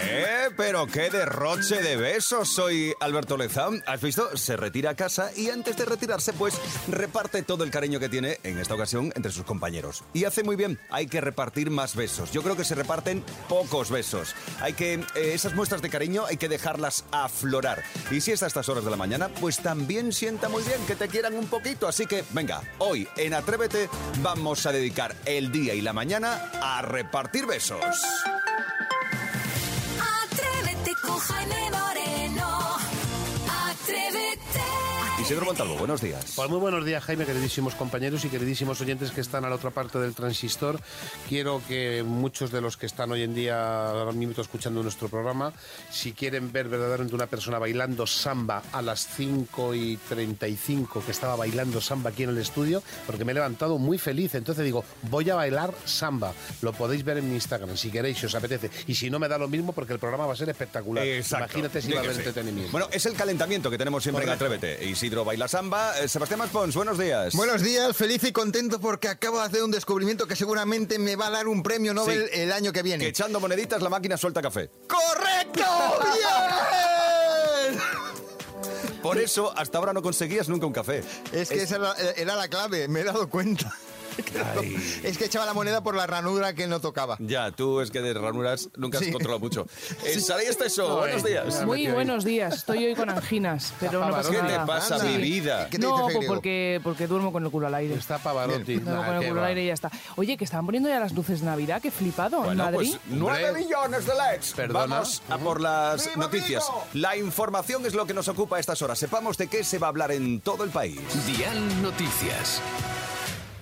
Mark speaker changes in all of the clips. Speaker 1: ¡Eh! Pero qué derroche de besos. Soy Alberto Lezán. ¿Has visto? Se retira a casa y antes de retirarse, pues reparte todo el cariño que tiene, en esta ocasión, entre sus compañeros. Y hace muy bien. Hay que repartir más besos. Yo creo que se reparten pocos besos. Hay que. eh, esas muestras de cariño hay que dejarlas aflorar. Y si es a estas horas de la mañana, pues también sienta muy bien que te quieran un poquito. Así que, venga, hoy en Atrévete vamos a dedicar el día y la mañana a repartir besos.
Speaker 2: Atrévete con Jaime Moreno. Atrévete.
Speaker 1: Isidro Montalvo, buenos días.
Speaker 3: Pues muy buenos días, Jaime, queridísimos compañeros y queridísimos oyentes que están a la otra parte del transistor. Quiero que muchos de los que están hoy en día ahora mismo escuchando nuestro programa, si quieren ver verdaderamente una persona bailando samba a las 5 y 35 que estaba bailando samba aquí en el estudio, porque me he levantado muy feliz, entonces digo, voy a bailar samba. Lo podéis ver en mi Instagram, si queréis, si os apetece. Y si no, me da lo mismo porque el programa va a ser espectacular.
Speaker 1: Exacto.
Speaker 3: Imagínate si
Speaker 1: Di
Speaker 3: va a
Speaker 1: que
Speaker 3: haber
Speaker 1: sí.
Speaker 3: entretenimiento.
Speaker 1: Bueno, eh, es el calentamiento que tenemos siempre en
Speaker 3: Correcto.
Speaker 1: Atrévete. Isidro baila samba. Eh, Sebastián Maspons, buenos días.
Speaker 4: Buenos días, feliz y contento porque acabo de hacer un descubrimiento que seguramente me va a dar un premio Nobel el año que
Speaker 1: Que
Speaker 4: viene.
Speaker 1: echando moneditas la máquina suelta café.
Speaker 4: ¡Correcto! ¡Oh, ¡Bien!
Speaker 1: Por eso hasta ahora no conseguías nunca un café.
Speaker 4: Es que esa era, era la clave, me he dado cuenta. Es que echaba la moneda por la ranura que no tocaba.
Speaker 1: Ya, tú es que de ranuras nunca has
Speaker 4: Sí.
Speaker 1: controlado mucho. Eh, Saray Esteso, buenos días.
Speaker 5: Pues Muy buenos días, estoy hoy con anginas, pero no pasa
Speaker 1: ¿Qué te
Speaker 5: nada.
Speaker 1: pasa,
Speaker 4: Sí.
Speaker 1: mi vida?
Speaker 4: ¿Qué te
Speaker 5: No,
Speaker 4: dice
Speaker 5: pues
Speaker 4: Fegriego?
Speaker 5: porque, porque duermo con el culo al aire.
Speaker 3: Está Pavarotti.
Speaker 5: Duermo
Speaker 3: Ah,
Speaker 5: con el
Speaker 3: qué
Speaker 5: culo al
Speaker 3: va.
Speaker 5: aire y ya está. Oye, que están poniendo ya las luces de Navidad, qué flipado, en
Speaker 1: Bueno,
Speaker 5: Madrid.
Speaker 1: pues 9
Speaker 3: Hombre.
Speaker 1: millones de likes.
Speaker 3: Perdona.
Speaker 1: Vamos a
Speaker 3: Ujú.
Speaker 1: por las
Speaker 4: ¡Viva
Speaker 1: noticias.
Speaker 4: Vigo!
Speaker 1: La información es lo que nos ocupa a estas horas. Sepamos de qué se va a hablar en todo el país.
Speaker 6: Dial Noticias.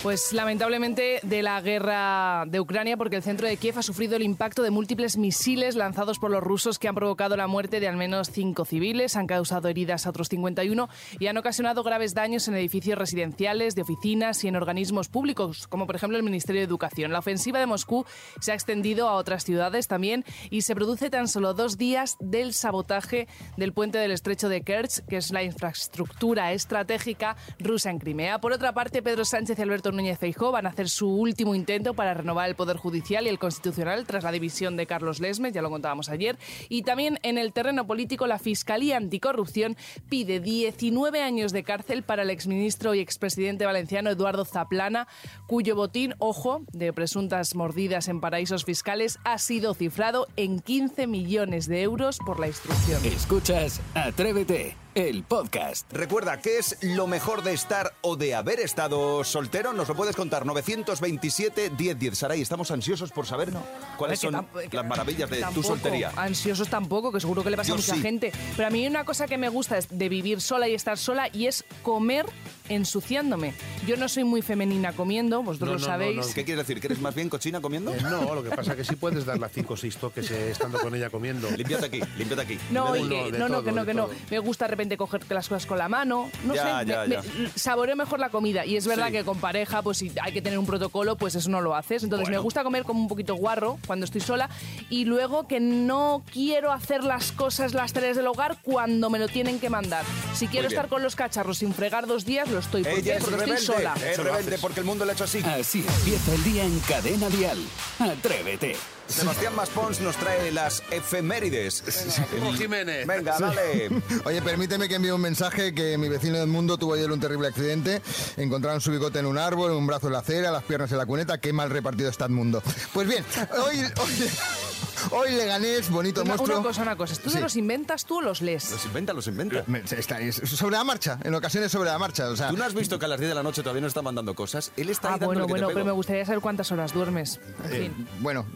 Speaker 5: Pues lamentablemente de la guerra de Ucrania, porque el centro de Kiev ha sufrido el impacto de múltiples misiles lanzados por los rusos que han provocado la muerte de al menos cinco civiles, han causado heridas a otros 51 y han ocasionado graves daños en edificios residenciales, de oficinas y en organismos públicos, como por ejemplo el Ministerio de Educación. La ofensiva de Moscú se ha extendido a otras ciudades también y se produce tan solo dos días del sabotaje del puente del estrecho de Kerch, que es la infraestructura estratégica rusa en Crimea. Por otra parte, Pedro Sánchez y Alberto Núñez Feijóo van a hacer su último intento para renovar el Poder Judicial y el Constitucional tras la división de Carlos Lesmes, ya lo contábamos ayer. Y también en el terreno político, la Fiscalía Anticorrupción pide 19 años de cárcel para el exministro y expresidente valenciano Eduardo Zaplana, cuyo botín, ojo, de presuntas mordidas en paraísos fiscales ha sido cifrado en 15 millones de euros por la instrucción.
Speaker 6: Escuchas Atrévete, el podcast.
Speaker 1: Recuerda, ¿qué es lo mejor de estar o de haber estado soltero? Nos lo puedes contar. 927-1010. Saray, estamos ansiosos por saber cuáles
Speaker 5: Hombre,
Speaker 1: son
Speaker 5: que tamp- que
Speaker 1: las maravillas de tu
Speaker 5: tampoco,
Speaker 1: soltería.
Speaker 5: Ansiosos tampoco, que seguro que le pasa
Speaker 1: Yo
Speaker 5: a mucha
Speaker 1: sí.
Speaker 5: gente. Pero a mí hay una cosa que me gusta es de vivir sola y estar sola y es comer ensuciándome. Yo no soy muy femenina comiendo, vosotros
Speaker 3: No,
Speaker 5: lo
Speaker 3: no, no,
Speaker 5: sabéis.
Speaker 3: no,
Speaker 1: ¿Qué quieres decir? ¿Que eres más bien cochina comiendo?
Speaker 3: Eh, No, lo que pasa es que sí puedes dar las cinco o seis toques eh, estando con ella comiendo.
Speaker 1: Límpiate aquí, límpiate aquí.
Speaker 5: No,
Speaker 3: De
Speaker 5: y
Speaker 3: todo,
Speaker 5: que-
Speaker 3: de
Speaker 5: no, no,
Speaker 3: todo,
Speaker 5: que no,
Speaker 3: de
Speaker 5: que no.
Speaker 3: todo.
Speaker 5: Me gusta de repente cogerte las cosas con la mano. No
Speaker 1: Ya,
Speaker 5: sé,
Speaker 1: ya,
Speaker 5: me-
Speaker 1: ya.
Speaker 5: me- saboreo mejor la comida. Y es verdad
Speaker 1: Sí.
Speaker 5: que con pareja, pues si hay que tener un protocolo, pues eso no lo haces. Entonces me gusta comer como un poquito guarro cuando estoy sola. Y luego que no quiero hacer las cosas, las tareas del hogar, cuando me lo tienen que mandar. Si quiero
Speaker 1: bien.
Speaker 5: estar con los cacharros sin fregar dos días, lo estoy. ¿Por qué?
Speaker 1: Ella es
Speaker 5: Porque
Speaker 1: rebelde, Eh,
Speaker 5: estoy sola.
Speaker 1: es rebelde porque el mundo le ha hecho así.
Speaker 6: Así empieza el día en Cadena Dial. Atrévete.
Speaker 1: Sebastián Maspons nos trae las efemérides.
Speaker 3: Como Jiménez.
Speaker 1: Venga, dale.
Speaker 4: Oye, permíteme que envíe un mensaje que mi vecino del mundo tuvo ayer un terrible accidente. Encontraron su bigote en un árbol, un brazo en la acera, las piernas en la cuneta. Qué mal repartido está el mundo. Pues bien, hoy, hoy, hoy Leganés, bonito
Speaker 5: Una,
Speaker 4: monstruo.
Speaker 5: una cosa, una cosa. ¿Tú
Speaker 4: Sí.
Speaker 5: los inventas tú o los lees?
Speaker 1: Los inventa, los inventa.
Speaker 4: Me- está- es sobre la marcha, en ocasiones sobre la marcha. O sea,
Speaker 1: ¿Tú no has visto que a las 10 de la noche todavía no está mandando cosas? Él está
Speaker 5: Ah,
Speaker 1: ahí dándole que
Speaker 5: bueno,
Speaker 1: te
Speaker 5: bueno,
Speaker 1: pego.
Speaker 5: pero me gustaría saber cuántas horas duermes. En
Speaker 4: Eh,
Speaker 5: fin.
Speaker 4: bueno,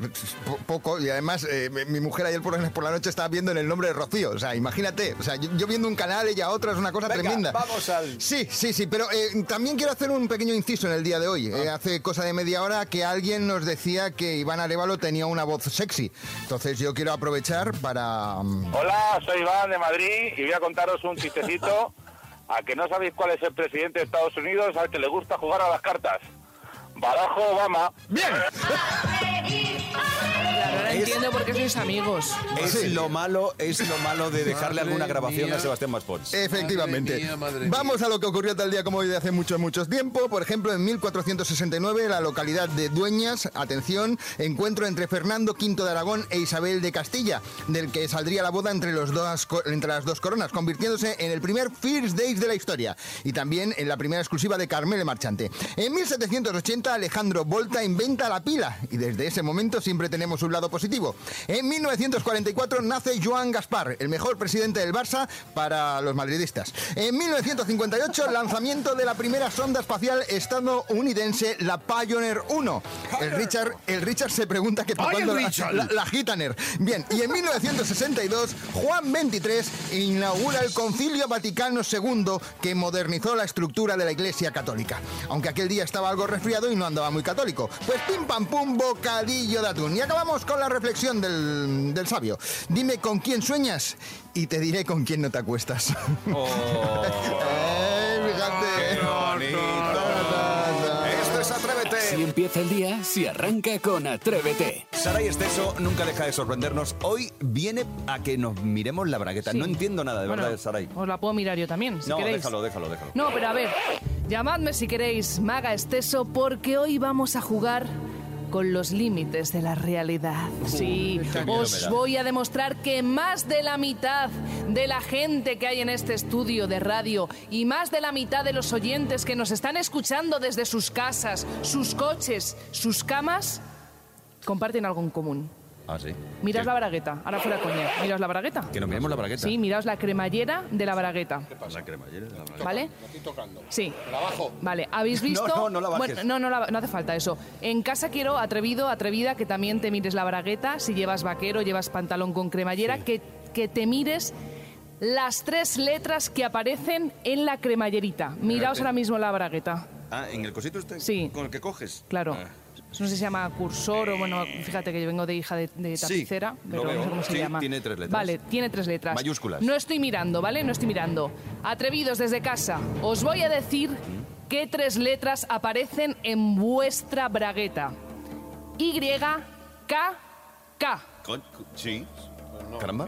Speaker 4: po- poco. Y además, eh, mi- mi mujer ayer por, la- por la noche estaba viendo en el nombre de Rocío. O sea, imagínate. O sea, yo, yo viendo un canal, ella otra, es una cosa
Speaker 1: Venga,
Speaker 4: tremenda.
Speaker 1: vamos al-
Speaker 4: Sí, sí, sí. Pero eh, también quiero hacer un pequeño inciso en el día de hoy.
Speaker 1: Ah.
Speaker 4: Eh, hace cosa de media hora que alguien nos decía que Iván Arevalo tenía una voz sexy. Entonces, yo quiero aprovechar para. mm,
Speaker 7: Hola, soy Iván de Madrid y voy a contaros un chistecito a que no sabéis cuál es el presidente de Estados Unidos al que le gusta jugar a las cartas. Barajo Obama.
Speaker 4: ¡Bien!
Speaker 1: Él
Speaker 5: entiendo por qué sois amigos.
Speaker 1: Es
Speaker 4: Sí.
Speaker 1: lo malo, es lo malo de dejarle
Speaker 3: Madre
Speaker 1: alguna grabación
Speaker 3: mía.
Speaker 1: a Sebastián Maspons.
Speaker 4: Efectivamente.
Speaker 3: Madre mía, madre mía.
Speaker 4: Vamos a lo que ocurrió tal día como hoy de hace mucho, mucho tiempo. Por ejemplo, en 1469, la localidad de Dueñas, atención, encuentro entre Fernando V de Aragón e Isabel de Castilla, del que saldría la boda entre, los dos, co- entre las dos coronas, convirtiéndose en el primer First Days de la historia y también en la primera exclusiva de Carmele Marchante. En 1780, Alejandro Volta inventa la pila y desde ese momento siempre tenemos un lado positivo. En 1944 nace Joan Gaspar, el mejor presidente del Barça para los madridistas. En 1958, lanzamiento de la primera sonda espacial estadounidense, la Pioneer 1. El Richard, el Richard se pregunta que para
Speaker 3: ¡Ay, el
Speaker 4: cuándo la,
Speaker 3: Richard!
Speaker 4: la- la Gitaner. Bien, y en 1962, Juan XXIII inaugura el Concilio Vaticano II que modernizó la estructura de la Iglesia Católica. Aunque aquel día estaba algo resfriado y no andaba muy católico. Pues pim pam pum, bocadillo de atún. Y acabamos con la reflexión del, del sabio. Dime con quién sueñas y te diré con quién no te acuestas. Eh, fíjate.
Speaker 1: Oh. ¡Qué bonito! Esto es
Speaker 6: Si
Speaker 1: Atrévete.
Speaker 6: empieza el día, si arranca con Atrévete.
Speaker 1: Sara y Esteso nunca deja de sorprendernos. Hoy viene a que nos miremos la bragueta.
Speaker 5: Sí.
Speaker 1: No entiendo nada, de
Speaker 5: Bueno,
Speaker 1: verdad, Saray.
Speaker 5: Os la puedo mirar yo también, si
Speaker 1: no,
Speaker 5: queréis.
Speaker 1: déjalo, déjalo, déjalo.
Speaker 5: No, pero a ver, llamadme si queréis, maga exceso, porque hoy vamos a jugar con los límites de la realidad.
Speaker 1: Uh,
Speaker 5: Sí, os voy a demostrar que más de la mitad de la gente que hay en este estudio de radio y más de la mitad de los oyentes que nos están escuchando desde sus casas, sus coches, sus camas, comparten algo en común.
Speaker 1: Ah, sí.
Speaker 5: Mirad
Speaker 1: Que-
Speaker 5: la bragueta, ahora fuera coña, mirad la bragueta.
Speaker 1: Que nos miremos la bragueta.
Speaker 5: Sí, miraos la cremallera de la bragueta.
Speaker 1: La cremallera de la bragueta.
Speaker 5: ¿Vale?
Speaker 3: tocando.
Speaker 5: Sí.
Speaker 3: La bajo.
Speaker 5: Vale, ¿habéis visto?
Speaker 1: No, no, no la bajes.
Speaker 5: Bueno, no, no, la- no hace falta eso. En casa quiero, atrevido, atrevida, que también te mires la bragueta, si llevas vaquero, llevas pantalón con cremallera, que, que te mires las tres letras que aparecen en la cremallerita. Miraos ahora mismo la bragueta.
Speaker 1: Ah, en el cosito este.
Speaker 5: Sí.
Speaker 1: Con el que coges.
Speaker 5: Claro.
Speaker 1: Ah. Eh.
Speaker 5: Eso No sé si se llama cursor o, bueno, fíjate que yo vengo de hija de, de
Speaker 1: Sí,
Speaker 5: tapicera,
Speaker 1: lo
Speaker 5: pero no
Speaker 1: veo.
Speaker 5: sé cómo se
Speaker 1: Sí,
Speaker 5: llama.
Speaker 1: tiene tres letras.
Speaker 5: Vale, tiene tres letras.
Speaker 1: Mayúsculas.
Speaker 5: No estoy mirando, ¿vale? No estoy mirando. Atrevidos desde casa, os voy a decir
Speaker 1: Mm.
Speaker 5: qué tres letras aparecen en vuestra bragueta. Y, K, K.
Speaker 1: Con- Sí. Caramba.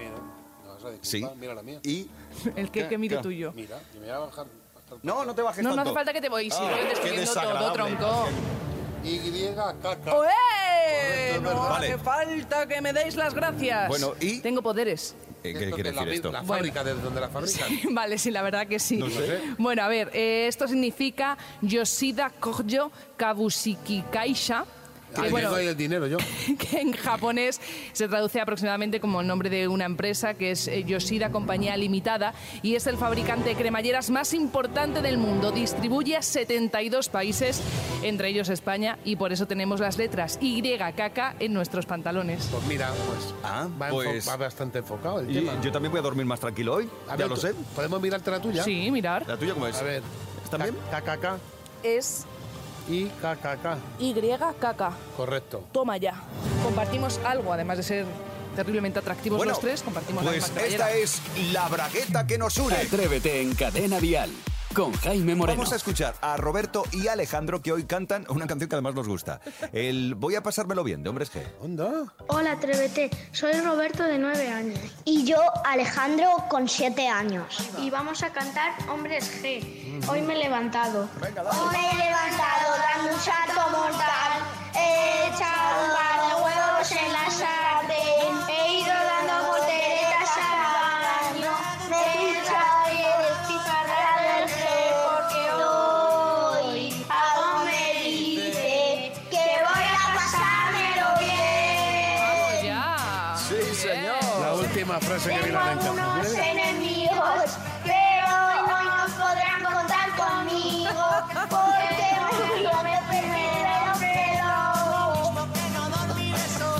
Speaker 1: Sí.
Speaker 3: Mira la mía.
Speaker 1: Y.
Speaker 5: El que, que miro
Speaker 1: K.
Speaker 5: tuyo.
Speaker 3: Mira, y me voy a bajar hasta el...
Speaker 1: No, no te bajes
Speaker 5: No, no
Speaker 1: tanto.
Speaker 5: hace falta que te voy, si
Speaker 1: Ah,
Speaker 5: no te
Speaker 1: qué
Speaker 5: estoy viendo todo,
Speaker 1: desagradable.
Speaker 5: tronco.
Speaker 3: Y, caca.
Speaker 1: Oh.
Speaker 5: ¡Oé!
Speaker 3: Correcto,
Speaker 5: No
Speaker 1: vale.
Speaker 5: hace falta que me deis las gracias.
Speaker 1: Bueno, ¿y?
Speaker 5: Tengo poderes.
Speaker 1: Eh, ¿Qué
Speaker 3: Esto
Speaker 1: quiere
Speaker 3: de
Speaker 1: decir
Speaker 3: la min-
Speaker 1: esto?
Speaker 3: La
Speaker 5: Bueno.
Speaker 3: fábrica, de donde la fabrican.
Speaker 5: Vale, sí, la verdad que sí. Bueno, a ver, eh, esto significa Yoshida Kojo Kabushiki Kaisha.
Speaker 3: Ah,
Speaker 5: Que,
Speaker 3: yo
Speaker 5: bueno,
Speaker 3: doy el dinero yo.
Speaker 5: que en japonés se traduce aproximadamente como el nombre de una empresa que es eh, Yoshida Compañía Limitada y es el fabricante de cremalleras más importante del mundo. Distribuye a 72 países, entre ellos España, y por eso tenemos las letras YKK en nuestros pantalones.
Speaker 3: Pues mira, pues,
Speaker 1: Ah,
Speaker 3: va, enfo-
Speaker 1: pues-
Speaker 3: va bastante enfocado el
Speaker 1: Y
Speaker 3: tema.
Speaker 1: yo también voy a dormir más tranquilo hoy.
Speaker 3: A
Speaker 1: ya
Speaker 3: ver,
Speaker 1: lo
Speaker 3: tú-
Speaker 1: sé.
Speaker 3: ¿Podemos mirarte la tuya?
Speaker 5: Sí, mirar.
Speaker 1: ¿La tuya cómo es?
Speaker 3: A ver.
Speaker 1: ¿Está bien?
Speaker 3: KKK
Speaker 5: Es
Speaker 3: y KKK.
Speaker 5: YKK.
Speaker 3: Correcto.
Speaker 5: Toma ya. Compartimos algo, además de ser terriblemente atractivos los tres, compartimos la
Speaker 1: pues
Speaker 5: misma
Speaker 1: esta
Speaker 5: cabellera.
Speaker 1: es la bragueta que nos une.
Speaker 6: Atrévete en Cadena Dial con Jaime Moreno.
Speaker 1: Vamos a escuchar a Roberto y Alejandro que hoy cantan una canción que además nos gusta. El Voy a pasármelo bien de Hombres G.
Speaker 3: ¿Onda?
Speaker 8: Hola, Atrévete. Soy Roberto de 9 años. Y yo, Alejandro, con 7 años. Y vamos a cantar Hombres G. Hoy me he levantado. Hoy me he levantado dando un salto mortal. He echado un par de huevos en la sartén. He ido dando volteretas al baño. Me he duchado y he despilfarrado el G porque hoy algo me dice que voy a pasármelo bien.
Speaker 5: Ya.
Speaker 1: Sí, señor.
Speaker 3: La última frase que viene
Speaker 8: Tengo
Speaker 3: a la encaja.
Speaker 8: algunos
Speaker 3: Mira,
Speaker 8: enemigos, pero hoy no podrán contar conmigo, porque murió mi primer hombre lobo.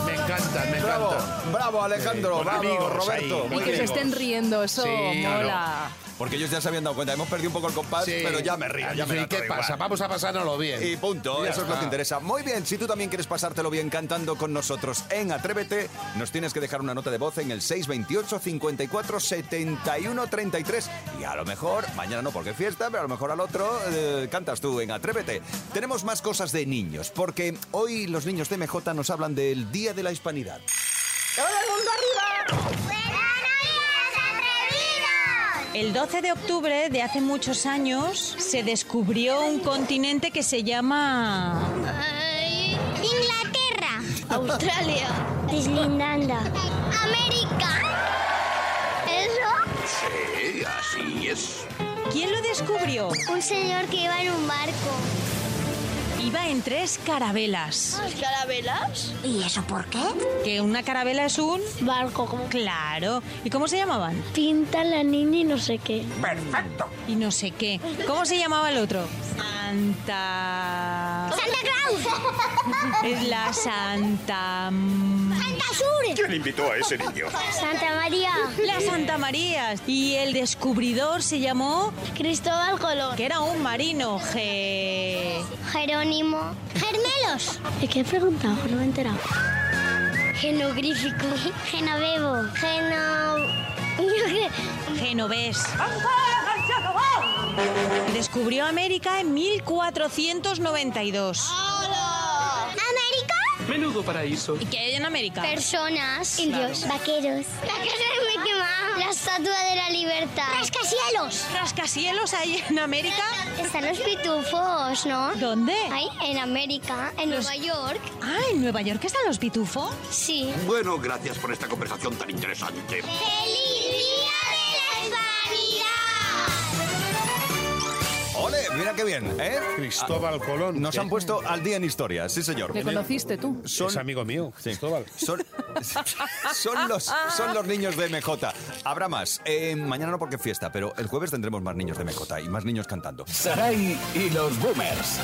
Speaker 3: Me encanta,
Speaker 8: eh.
Speaker 3: me
Speaker 1: Bravo,
Speaker 3: encanta.
Speaker 1: bravo Alejandro,
Speaker 3: Sí, con
Speaker 1: bravo
Speaker 3: amigos
Speaker 1: Roberto.
Speaker 3: ahí,
Speaker 5: Y
Speaker 3: con
Speaker 5: que se
Speaker 3: amigos.
Speaker 5: estén riendo, eso
Speaker 3: Sí, claro.
Speaker 5: mola.
Speaker 1: Porque ellos ya se habían dado cuenta, hemos perdido un poco el compás,
Speaker 3: Sí.
Speaker 1: pero ya me río,
Speaker 3: Ah,
Speaker 1: ya me
Speaker 3: sí,
Speaker 1: da
Speaker 3: ¿Qué
Speaker 1: todo
Speaker 3: pasa?
Speaker 1: igual.
Speaker 3: Vamos a pasárnoslo bien.
Speaker 1: Y punto,
Speaker 3: Ya
Speaker 1: eso es lo
Speaker 3: está.
Speaker 1: que interesa. Muy bien, si tú también quieres pasártelo bien cantando con nosotros en Atrévete, nos tienes que dejar una nota de voz en el 628 54 71 33 y a lo mejor, mañana no porque es fiesta, pero a lo mejor al otro eh, cantas tú en Atrévete. Tenemos más cosas de niños, porque hoy los niños de MJ nos hablan del Día de la Hispanidad.
Speaker 9: mundo arriba! atrevidos!
Speaker 10: El 12 de octubre de hace muchos años se descubrió un continente que se llama...
Speaker 9: Inglaterra. Australia. Islanda. América. ¿Eso?
Speaker 11: Sí, así es.
Speaker 10: ¿Quién lo descubrió?
Speaker 9: Un señor que iba en un barco.
Speaker 10: Iba en tres carabelas.
Speaker 9: carabelas? ¿Y eso por qué?
Speaker 10: Que una carabela es un...
Speaker 9: Barco, como
Speaker 10: Claro. ¿Y cómo se llamaban?
Speaker 9: pinta la niña y no sé qué.
Speaker 10: Y no sé qué. ¿Cómo se llamaba el otro? Santa...
Speaker 9: ¡Santa Claus!
Speaker 10: Es la Santa... M-
Speaker 9: ¡Santa Sur!
Speaker 11: ¿Quién invitó a ese niño?
Speaker 9: ¡Santa María!
Speaker 10: La Santa María. Y el descubridor se llamó...
Speaker 9: Cristóbal Colón.
Speaker 10: Que era un marino. Ge...
Speaker 9: Jerónimo. ¡Germelos! ¿De qué he preguntado? No me he enterado. Genogrífico. Genovevo. Geno...
Speaker 10: Genovés. Descubrió América en 1492.
Speaker 9: ¿América?
Speaker 7: Menudo paraíso.
Speaker 10: ¿Y qué hay en América?
Speaker 9: Personas. Indios. Vaqueros. La casa de Mickey Mouse. La estatua de la libertad. Rascacielos.
Speaker 10: ¿Rascacielos hay en América?
Speaker 9: Están los pitufos, ¿no?
Speaker 10: ¿Dónde?
Speaker 9: Ahí, en América, en Nueva York.
Speaker 10: Ah, en Nueva York están los pitufos.
Speaker 9: Sí.
Speaker 11: Bueno, gracias por esta conversación tan interesante.
Speaker 9: ¡Feliz Día de la Hispanidad!
Speaker 1: ¡Ole! Mira qué bien, ¿eh?
Speaker 3: Cristóbal Colón.
Speaker 1: Nos han puesto al día en historia, sí señor.
Speaker 5: ¿Le conociste tú?
Speaker 1: Son-
Speaker 3: Es amigo mío, Cristóbal.
Speaker 1: Son, son, los, son los niños de MJ. Habrá más. Eh, mañana no porque es fiesta, pero el jueves tendremos más niños de MJ y más niños cantando.
Speaker 11: Sarai y los boomers.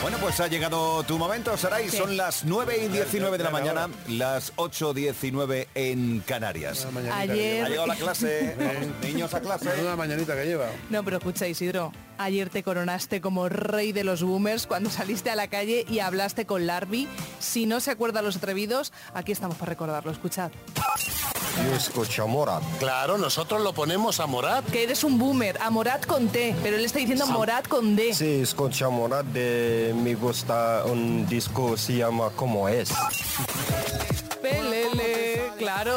Speaker 1: Bueno, pues ha llegado tu momento, Saray. Son las 9 y 19 de la mañana, las 8.19 en Canarias.
Speaker 3: Una mañanita
Speaker 1: Ha
Speaker 5: Ayer...
Speaker 1: llegado la clase. Vamos, niños a
Speaker 3: que lleva.
Speaker 1: clase.
Speaker 3: Una mañanita que lleva.
Speaker 5: No, pero escucha Isidro, ayer te coronaste como rey de los boomers cuando saliste a la calle y hablaste con Larby. Si no se acuerdan los atrevidos, aquí estamos para recordarlo, escuchad.
Speaker 7: Yo escucho a Morat.
Speaker 6: Claro, nosotros lo ponemos a Morat.
Speaker 5: Que eres un boomer, a Morat con T, pero él está diciendo Morat con D.
Speaker 7: Sí, escucho a Morat de me gusta un disco se llama ¿Cómo es?
Speaker 5: Pelele, claro,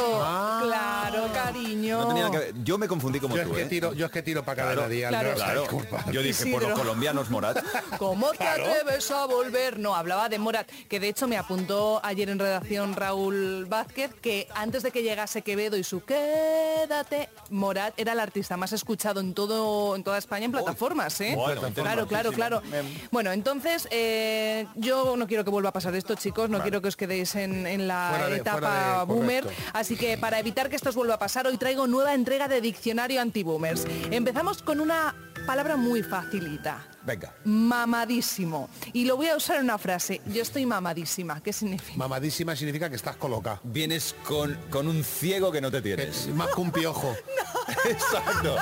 Speaker 5: claro, cariño.
Speaker 1: Ah. No tenía nada que ver. Yo me confundí como
Speaker 3: Yo es
Speaker 1: tú,
Speaker 3: que
Speaker 1: ¿eh?
Speaker 3: tiro, yo es que tiro para cada día.
Speaker 5: claro.
Speaker 3: Andrés,
Speaker 1: Claro.
Speaker 3: disculpa.
Speaker 1: Yo dije, por los
Speaker 5: Isidro.
Speaker 1: colombianos, Morat.
Speaker 5: ¿Cómo te atreves a volver? No, hablaba de Morat, que de hecho me apuntó ayer en redacción Raúl Vázquez que antes de que llegase Quevedo y su quédate, Morat era el artista más escuchado en todo en toda España en plataformas, ¿eh?
Speaker 1: bueno,
Speaker 5: claro, claro, claro.
Speaker 3: Em.
Speaker 5: Bueno, entonces eh, yo no quiero que vuelva a pasar esto, chicos, no quiero que os quedéis en, en la
Speaker 3: Fuera de-
Speaker 5: etapa
Speaker 3: fuera de-
Speaker 5: boomer.
Speaker 3: correcto.
Speaker 5: Así que para evitar que esto os vuelva a pasar, hoy traigo nueva entrega de diccionario anti-boomers. Empezamos con una palabra muy facilita
Speaker 1: Venga.
Speaker 5: mamadísimo. Y lo voy a usar en una frase. Yo estoy mamadísima. ¿Qué significa?
Speaker 3: Mamadísima significa que estás colocada.
Speaker 1: Vienes con, con un ciego que no te
Speaker 3: Que-
Speaker 1: tienes.
Speaker 3: Más que un piojo.
Speaker 1: Exacto.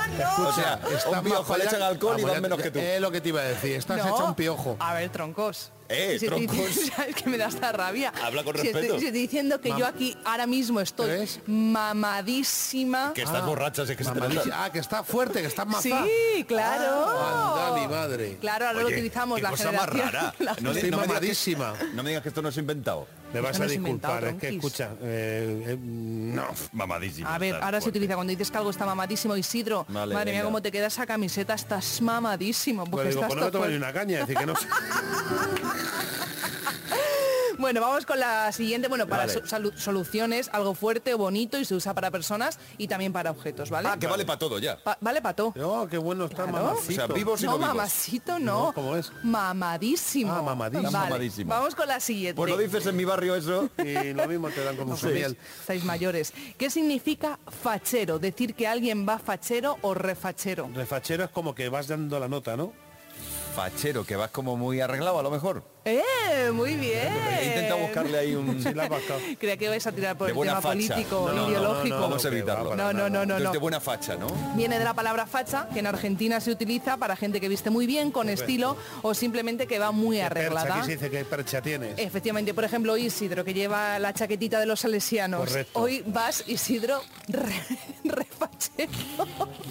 Speaker 1: O sea,
Speaker 3: Estás
Speaker 1: un
Speaker 3: más
Speaker 1: piojo le
Speaker 3: falla-
Speaker 1: echan alcohol y
Speaker 3: Vamos,
Speaker 1: van
Speaker 3: pues ya-
Speaker 1: menos que tú. Ah,
Speaker 3: Es lo que te iba a decir. Estás
Speaker 5: No.
Speaker 3: hecha un piojo.
Speaker 5: A ver, troncos.
Speaker 1: Eh,
Speaker 5: estoy
Speaker 1: troncos.
Speaker 5: diciendo- es que me da esta rabia.
Speaker 1: Habla con
Speaker 5: Si estoy-
Speaker 1: respeto.
Speaker 5: si estoy diciendo que yo aquí ahora mismo estoy
Speaker 3: ¿Ves?
Speaker 5: mamadísima.
Speaker 1: Que estás borracha, es que se te
Speaker 3: Mamadísima.
Speaker 1: nota.
Speaker 3: Ah, que estás fuerte, que estás mazá.
Speaker 5: Sí, claro.
Speaker 3: Ah, anda, mi madre.
Speaker 5: Claro, ahora lo
Speaker 1: Oye,
Speaker 5: utilizamos
Speaker 1: qué
Speaker 5: la
Speaker 1: cosa
Speaker 5: generación.
Speaker 1: más rara.
Speaker 5: la-
Speaker 1: No,
Speaker 3: Estoy
Speaker 1: no me digas que-
Speaker 3: mamadísima.
Speaker 1: No me digas que esto no es inventado.
Speaker 3: Me vas
Speaker 5: Eso no
Speaker 3: a
Speaker 5: es inventado,
Speaker 3: disculpar, es que
Speaker 5: Ronquis.
Speaker 3: escucha. eh, eh, no.
Speaker 1: Mamadísimo.
Speaker 5: A ver,
Speaker 1: tal,
Speaker 5: ahora se
Speaker 1: fuerte.
Speaker 5: utiliza cuando dices que algo está mamadísimo, Isidro.
Speaker 1: Vale,
Speaker 5: madre mía,
Speaker 1: venga.
Speaker 5: cómo te queda esa camiseta, estás mamadísimo. porque
Speaker 3: Pues digo,
Speaker 5: estás
Speaker 3: pues no me
Speaker 5: todo
Speaker 3: tomaré una caña, es decir que no.
Speaker 5: Bueno, vamos con la siguiente. Bueno, para
Speaker 1: Vale.
Speaker 5: so- salu- soluciones, algo fuerte, bonito y se usa para personas y también para objetos, ¿vale?
Speaker 1: Ah, que vale para todo ya.
Speaker 5: Pa- vale para todo.
Speaker 3: No, qué bueno está
Speaker 5: Claro.
Speaker 3: mamacito.
Speaker 1: O sea, vivos y no
Speaker 5: No,
Speaker 1: vivos.
Speaker 5: mamacito, no.
Speaker 3: No, ¿cómo es?
Speaker 5: Mamadísimo.
Speaker 3: Ah, mamadísimo.
Speaker 5: Vale,
Speaker 1: Mamadísimo.
Speaker 5: Vamos con la siguiente.
Speaker 1: Pues lo dices en mi barrio eso.
Speaker 3: Y lo mismo te dan como su miel.
Speaker 5: Estáis mayores. ¿Qué significa fachero? Decir que alguien va fachero o refachero.
Speaker 3: Refachero es como que vas dando la nota, ¿no?
Speaker 1: Fachero, que vas como muy arreglado a lo mejor.
Speaker 5: ¡Eh! Muy bien.
Speaker 1: He intentado buscarle ahí un...
Speaker 3: Sí, la has bascado.
Speaker 5: Creía que vais a tirar por
Speaker 1: De
Speaker 5: el
Speaker 1: buena
Speaker 5: tema
Speaker 1: facha.
Speaker 5: político,
Speaker 1: No, no, no,
Speaker 5: ideológico.
Speaker 1: no, Vamos a evitarlo.
Speaker 3: que va
Speaker 5: No,
Speaker 3: para
Speaker 5: no, no,
Speaker 3: nada.
Speaker 5: no,
Speaker 1: Entonces,
Speaker 5: no.
Speaker 1: de buena facha, ¿no?
Speaker 5: Viene de la palabra facha, que en Argentina se utiliza para gente que viste muy bien, con estilo o simplemente que va muy
Speaker 3: Percha,
Speaker 5: arreglada. Eh.
Speaker 3: Aquí se dice que percha tienes.
Speaker 5: Efectivamente, por ejemplo, Isidro, que lleva la chaquetita de los salesianos.
Speaker 3: Correcto.
Speaker 5: Hoy vas, Isidro, re, refachero.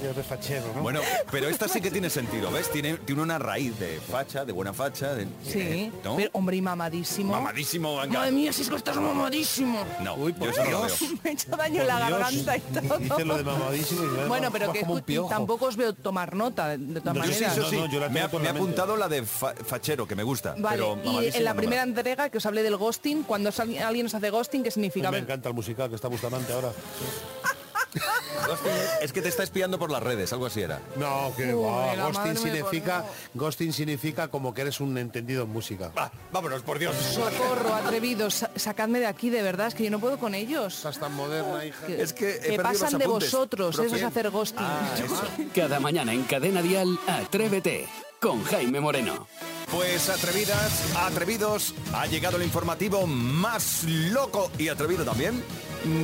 Speaker 3: Yo refachero, ¿no?
Speaker 1: Bueno, pero esta sí que tiene sentido, ¿ves? Tiene, tiene una raíz de facha, de buena facha. de-
Speaker 5: Sí.
Speaker 1: Eh, ¿No?
Speaker 5: Pero, hombre, y mamadísimo.
Speaker 1: Mamadísimo, venga.
Speaker 5: Madre mía, si es que estás mamadísimo.
Speaker 1: No, yo eso no lo veo.
Speaker 5: Me he hecho daño en la
Speaker 1: Por Dios.
Speaker 5: garganta y todo.
Speaker 1: Dice lo de mamadísimo y me da-
Speaker 5: Bueno, pero
Speaker 1: vas
Speaker 5: que
Speaker 1: como un
Speaker 5: escu-
Speaker 1: piojo.
Speaker 5: tampoco os veo tomar nota, de- de todas
Speaker 1: Yo sí,
Speaker 5: maneras.
Speaker 1: eso sí. me, ha, me ha apuntado la de fa- fachero, que me gusta.
Speaker 5: Vale,
Speaker 1: pero
Speaker 5: y
Speaker 1: mamadísimo
Speaker 5: en la
Speaker 1: no me
Speaker 5: primera entrega que os hablé del ghosting, cuando sal- alguien os hace ghosting, ¿qué significa?
Speaker 1: Me
Speaker 12: encanta el musical que está Bustamante ahora.
Speaker 1: Ghosting es- Es que te está espiando por las redes, algo así era.
Speaker 3: No, que
Speaker 1: Uy, la
Speaker 3: va,
Speaker 1: madre
Speaker 3: ghosting
Speaker 1: me
Speaker 3: significa, ghosting significa como que eres un entendido en música.
Speaker 1: Ah, vámonos, por Dios.
Speaker 5: Socorro, atrevidos, sa- sacadme de aquí, de verdad, es que yo no puedo con ellos. Estás
Speaker 3: tan moderna, hija.
Speaker 5: Que, que pasan de vosotros, eso es hacer ghosting.
Speaker 1: Ah,
Speaker 6: Cada mañana en Cadena Dial, Atrévete con Jaime Moreno.
Speaker 1: Pues atrevidas, atrevidos, ha llegado el informativo más loco y atrevido también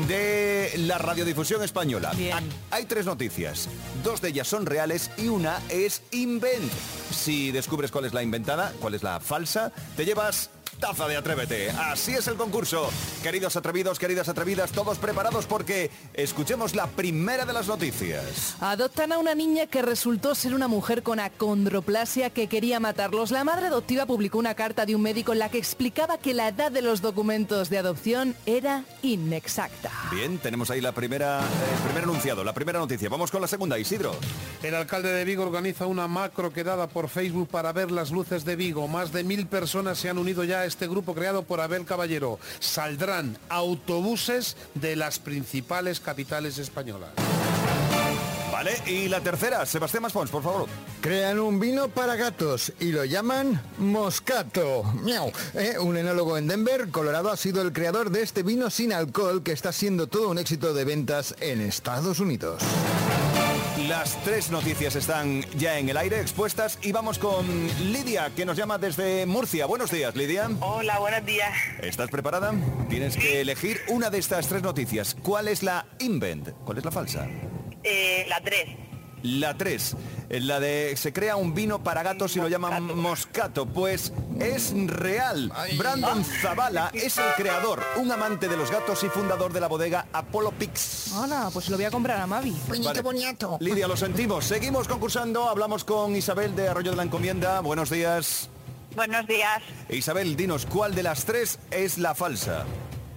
Speaker 1: de la radiodifusión española. Ha- Hay tres noticias, dos de ellas son reales y una es invent. Si descubres cuál es la inventada, cuál es la falsa, te llevas taza de atrévete. Así es el concurso. Queridos atrevidos, queridas atrevidas, todos preparados porque escuchemos la primera de las noticias.
Speaker 5: Adoptan a una niña que resultó ser una mujer con acondroplasia que quería matarlos. La madre adoptiva publicó una carta de un médico en la que explicaba que la edad de los documentos de adopción era inexacta.
Speaker 1: Bien, tenemos ahí la primera, el primer anunciado, la primera noticia. Vamos con la segunda, Isidro.
Speaker 3: El alcalde de Vigo organiza una macro quedada por Facebook para ver las luces de Vigo. Más de mil personas se han unido ya a este grupo creado por Abel Caballero. Saldrán autobuses de las principales capitales españolas.
Speaker 1: Vale, y la tercera, Sebastián Maspons, por favor.
Speaker 4: Crean un vino para gatos y lo llaman Moscato. Miau. Eh, un enólogo en Denver, Colorado, ha sido el creador de este vino sin alcohol que está siendo todo un éxito de ventas en Estados Unidos.
Speaker 1: Las tres noticias están ya en el aire, expuestas, y vamos con Lidia, que nos llama desde Murcia. Buenos días, Lidia.
Speaker 13: Hola, buenos días.
Speaker 1: ¿Estás preparada? Tienes que elegir una de estas tres noticias. ¿Cuál es la invent? ¿Cuál es la falsa?
Speaker 13: Eh, la 3.
Speaker 1: La 3, la de se crea un vino para gatos y lo llaman moscato, pues es real. Brandon Zavala es el creador, un amante de los gatos y fundador de la bodega Apollo Pix.
Speaker 5: Hola, pues lo voy a comprar a Mavi.
Speaker 9: Pues
Speaker 1: Vale. Lidia, lo sentimos. Seguimos concursando. Hablamos con Isabel de Arroyo de la Encomienda. Buenos días.
Speaker 13: Buenos días.
Speaker 1: Isabel, dinos, ¿cuál de las tres es la falsa?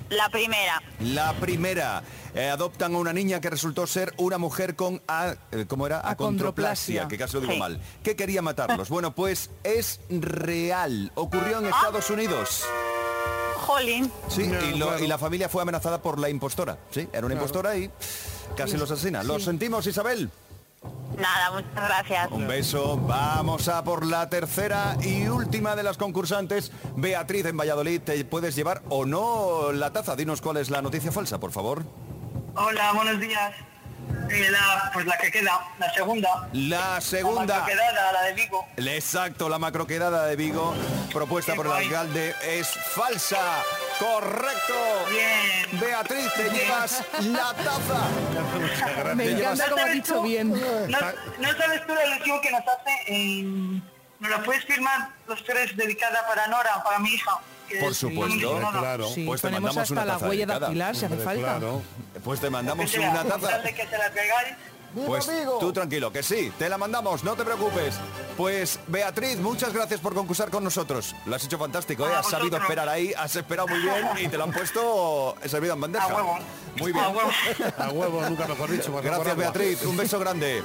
Speaker 13: La primera.
Speaker 1: La primera. eh, adoptan a una niña que resultó ser una mujer con, a- eh, ¿cómo era?
Speaker 5: Acondroplasia.
Speaker 1: Acondroplasia, que casi lo digo
Speaker 5: Sí.
Speaker 1: mal. Que quería matarlos. Bueno, pues es real. Ocurrió en Estados Unidos.
Speaker 13: Jolín.
Speaker 1: Sí, y, lo- y la familia fue amenazada por la impostora. Sí, era una impostora y casi los asesina. Lo sentimos, Isabel.
Speaker 13: Nada, muchas gracias.
Speaker 1: Un beso. Vamos a por la tercera y última de las concursantes. Beatriz en Valladolid, te puedes llevar o no la taza. Dinos cuál es la noticia falsa, por favor.
Speaker 13: Hola, buenos días. Eh, la- pues la que queda, la segunda.
Speaker 1: La segunda.
Speaker 13: La quedada, la de Vigo.
Speaker 1: Exacto, la macroquedada de Vigo, propuesta por el alcalde, es falsa. Correcto. Beatriz, te llevas la taza.
Speaker 5: Me
Speaker 1: Te llevas-
Speaker 5: encanta como ha dicho bien.
Speaker 13: No, no sabes tú la ilusión que nos hace. eh, ¿Nos la puedes firmar los tres dedicada para Nora, para mi hija? que
Speaker 1: Por
Speaker 13: es-
Speaker 1: supuesto,
Speaker 13: no, no, no.
Speaker 5: Sí,
Speaker 1: pues te
Speaker 5: ponemos
Speaker 1: mandamos
Speaker 5: hasta
Speaker 1: una
Speaker 5: la
Speaker 1: taza
Speaker 5: huella
Speaker 1: dedicada.
Speaker 5: dactilar, si hace Hombre, falta. claro.
Speaker 1: Pues te mandamos
Speaker 13: Que sea,
Speaker 1: una
Speaker 13: con
Speaker 1: taza.
Speaker 13: tal de que se la pegáis.
Speaker 1: Pues tú tranquilo, que sí, te la mandamos, no te preocupes. Pues Beatriz, muchas gracias por concursar con nosotros. Lo has hecho fantástico, ¿eh?
Speaker 13: A
Speaker 1: has sabido
Speaker 13: vosotros.
Speaker 1: esperar ahí, has esperado muy bien y te lo han puesto eh, servido en bandeja.
Speaker 13: A huevo.
Speaker 1: Muy bien.
Speaker 13: A huevo.
Speaker 3: A huevo, nunca mejor dicho. porque por
Speaker 1: Gracias
Speaker 3: agua.
Speaker 1: Beatriz, un beso grande.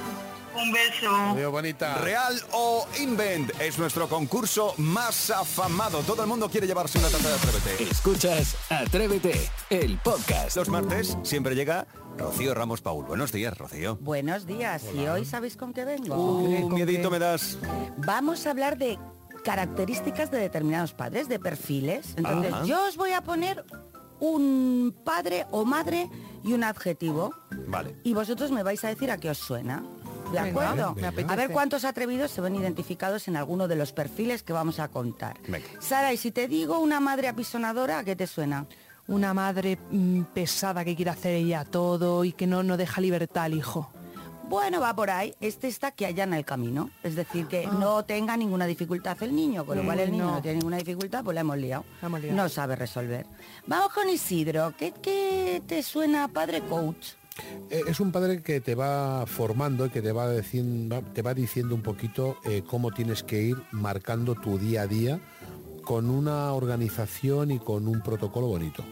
Speaker 13: Un beso.
Speaker 3: Adiós, bonita.
Speaker 1: Real o Invent es nuestro concurso más afamado. Todo el mundo quiere llevarse una taza de Atrévete.
Speaker 6: Escuchas Atrévete, el podcast.
Speaker 1: Los martes siempre llega Rocío Ramos Paul. Buenos días, Rocío.
Speaker 9: Buenos días, y hoy sabéis con qué vengo.
Speaker 5: Uh,
Speaker 1: Un miedito me das.
Speaker 9: Vamos a hablar de características de determinados padres, de perfiles. Entonces,
Speaker 1: Ajá.
Speaker 9: yo os voy a poner un padre o madre y un adjetivo.
Speaker 1: Vale.
Speaker 9: Y vosotros me vais a decir a qué os suena. ¿De
Speaker 5: Venga,
Speaker 9: acuerdo?
Speaker 5: me apetece.
Speaker 9: a ver cuántos atrevidos se ven identificados en alguno de los perfiles que vamos a contar.
Speaker 1: Venga.
Speaker 9: Sara, y si te digo una madre apisonadora, ¿a qué te suena?
Speaker 5: Una madre mm, pesada que quiere hacer ella todo y que no, no deja libertad al hijo.
Speaker 9: Bueno, va por ahí. Este está que allana el camino. Es decir, que no tenga ninguna dificultad el niño, con lo cual el niño
Speaker 5: Bueno.
Speaker 9: no tiene ninguna dificultad, pues la hemos liado.
Speaker 5: liado.
Speaker 9: No sabe resolver. Vamos con Isidro. ¿Qué, qué te suena padre coach?
Speaker 3: Eh, Es un padre que te va formando y que te va diciendo, te va diciendo un poquito eh, cómo tienes que ir marcando tu día a día con una organización y con un protocolo bonito.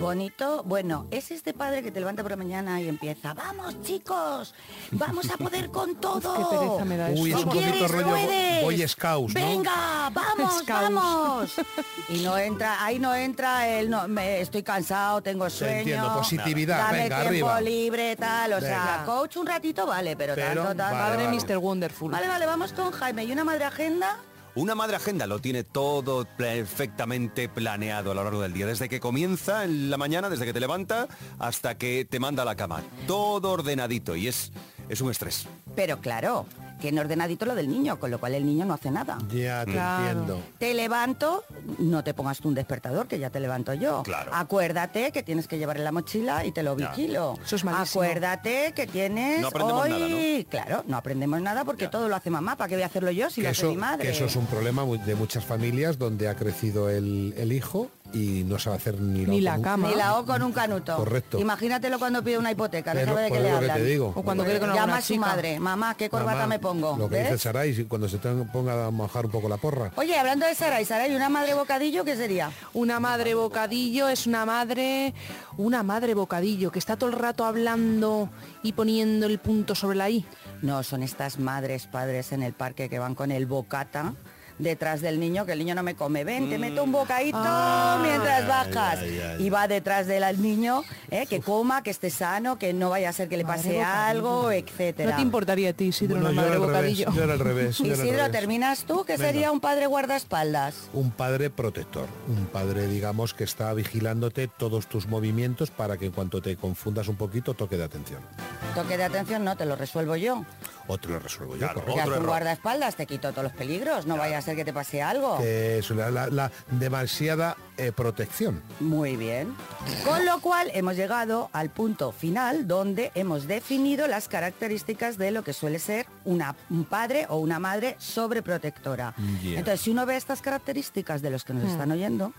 Speaker 9: Bonito, bueno, es este padre que te levanta por la mañana y empieza, vamos chicos, vamos a poder con todo.
Speaker 5: Qué pereza me da
Speaker 3: Uy,
Speaker 9: si
Speaker 3: es un poquito
Speaker 9: quieres,
Speaker 3: rollo bo-
Speaker 9: puedes.
Speaker 3: Boy Scouts, ¿no?
Speaker 9: Venga, vamos,
Speaker 5: Scouts.
Speaker 9: vamos. Y no entra, ahí no entra el no, me- estoy cansado, tengo sueño.
Speaker 3: entiendo, positividad,
Speaker 9: dame
Speaker 3: venga,
Speaker 9: tiempo
Speaker 3: arriba.
Speaker 9: libre, tal, o sea,
Speaker 3: Venga.
Speaker 9: coach un ratito vale, pero,
Speaker 1: Pero,
Speaker 9: tanto, tanto.
Speaker 1: vale, Padre vale. Mr.
Speaker 9: Wonderful. Vale, vale, vamos con Jaime y una madre agenda.
Speaker 1: Una madre agenda lo tiene todo perfectamente planeado a lo largo del día, desde que comienza en la mañana, desde que te levanta hasta que te manda a la cama. Todo ordenadito y es, es un estrés.
Speaker 9: Pero claro, tiene ordenadito lo del niño, con lo cual el niño no hace nada.
Speaker 3: Ya te
Speaker 9: Claro.
Speaker 3: entiendo.
Speaker 9: Te levanto, no te pongas tú un despertador, que ya te levanto yo.
Speaker 3: Claro.
Speaker 9: Acuérdate que tienes que llevar en la mochila y te lo
Speaker 3: Ya.
Speaker 9: vigilo. Acuérdate que tienes
Speaker 3: No aprendemos
Speaker 9: hoy...
Speaker 3: nada, ¿no?
Speaker 9: Claro, no aprendemos nada porque todo lo hace mamá. ¿Para qué voy a hacerlo yo si
Speaker 3: que
Speaker 9: lo hace
Speaker 3: eso,
Speaker 9: mi madre?
Speaker 3: que eso es un problema mu- de muchas familias donde ha crecido el, el hijo y no sabe hacer ni la, con un-
Speaker 9: Ni la O con un canuto.
Speaker 3: Correcto.
Speaker 9: Imagínatelo cuando pide una hipoteca, no
Speaker 3: Pero,
Speaker 9: sabe de qué
Speaker 3: pues
Speaker 9: le
Speaker 3: es lo que
Speaker 9: hablan.
Speaker 3: te digo. O cuando quiere con
Speaker 9: Llama
Speaker 3: alguna
Speaker 9: a su
Speaker 3: chica.
Speaker 9: madre, mamá, ¿qué
Speaker 3: Mamá,
Speaker 9: corbata me pongo?
Speaker 3: Lo que
Speaker 9: ¿Ves? Pues
Speaker 3: dice Saray, si cuando se te ponga a mojar un poco la porra.
Speaker 9: Oye, hablando de Saray, Saray, ¿una madre bocadillo qué sería?
Speaker 5: Una madre bocadillo es una madre, una madre bocadillo que está todo el rato hablando y poniendo el punto sobre la i.
Speaker 9: No, son estas madres, padres en el parque que van con el bocata detrás del niño, que el niño no me come. Ven, te meto un bocadito
Speaker 14: Ah.
Speaker 9: mientras
Speaker 14: Ay,
Speaker 9: bajas.
Speaker 14: ay, ay.
Speaker 9: Y va detrás del al niño, eh, que coma, que esté sano, que no vaya a ser que le pase algo, etcétera.
Speaker 5: No te importaría a ti, Isidro,
Speaker 3: Bueno,
Speaker 5: una
Speaker 3: yo era
Speaker 5: madre
Speaker 3: al revés,
Speaker 5: bocadillo.
Speaker 3: yo era al revés, yo era al
Speaker 9: Isidro,
Speaker 3: revés.
Speaker 9: ¿terminas tú? ¿Qué
Speaker 3: Venga.
Speaker 9: sería un padre guardaespaldas?
Speaker 3: Un padre protector, un padre, digamos, que está vigilándote todos tus movimientos para que en cuanto te confundas un poquito, toque de atención.
Speaker 9: Toque de atención, no, te lo resuelvo yo.
Speaker 3: O te lo resuelvo yo. correcto.
Speaker 9: Porque haz un guardaespaldas, te quito todos los peligros, no vaya a ser que te pase algo.
Speaker 3: Que es la, la- la demasiada eh, protección.
Speaker 9: Muy bien. Con lo cual hemos llegado al punto final donde hemos definido las características de lo que suele ser una- un padre o una madre sobreprotectora.
Speaker 14: Yeah.
Speaker 9: Entonces, si uno ve estas características de los que nos
Speaker 14: Hmm.
Speaker 9: están oyendo,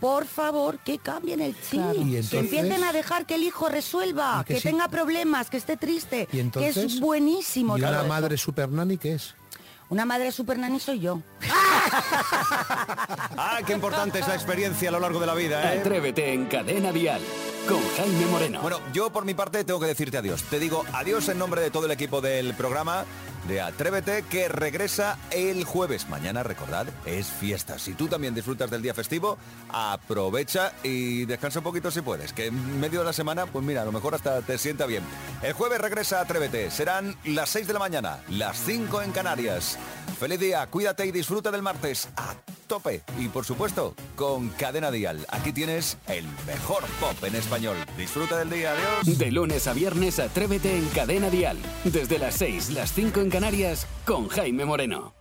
Speaker 9: por favor, que cambien el chip,
Speaker 14: Claro. Y
Speaker 9: que
Speaker 14: entonces-
Speaker 9: empiecen a dejar que el hijo resuelva,
Speaker 3: Y que
Speaker 9: que,
Speaker 3: sí.
Speaker 9: tenga problemas, que esté triste,
Speaker 3: Y entonces...
Speaker 9: que es buenísimo.
Speaker 3: ¿Y
Speaker 9: todo
Speaker 3: una
Speaker 9: eso.
Speaker 3: madre super nani qué es?
Speaker 9: una madre super nani soy yo.
Speaker 1: Ah, qué importante es la experiencia a lo largo de la vida, ¿eh?
Speaker 6: Atrévete en Cadena Dial con Jaime Moreno.
Speaker 1: Bueno, yo por mi parte tengo que decirte adiós. Te digo adiós en nombre de todo el equipo del programa de Atrévete que regresa el jueves. Mañana, recordad, es fiesta. Si tú también disfrutas del día festivo, aprovecha y descansa un poquito si puedes. Que en medio de la semana, pues mira, a lo mejor hasta te sienta bien. El jueves regresa Atrévete. Serán las 6 de la mañana, las 5 en Canarias. Feliz día, cuídate y disfruta del martes a tope. Y por supuesto, con Cadena Dial. Aquí tienes el mejor pop en español. Disfruta del día, adiós.
Speaker 6: De lunes a viernes, atrévete en Cadena Dial. Desde las 6, las 5 en Canarias, con Jaime Moreno.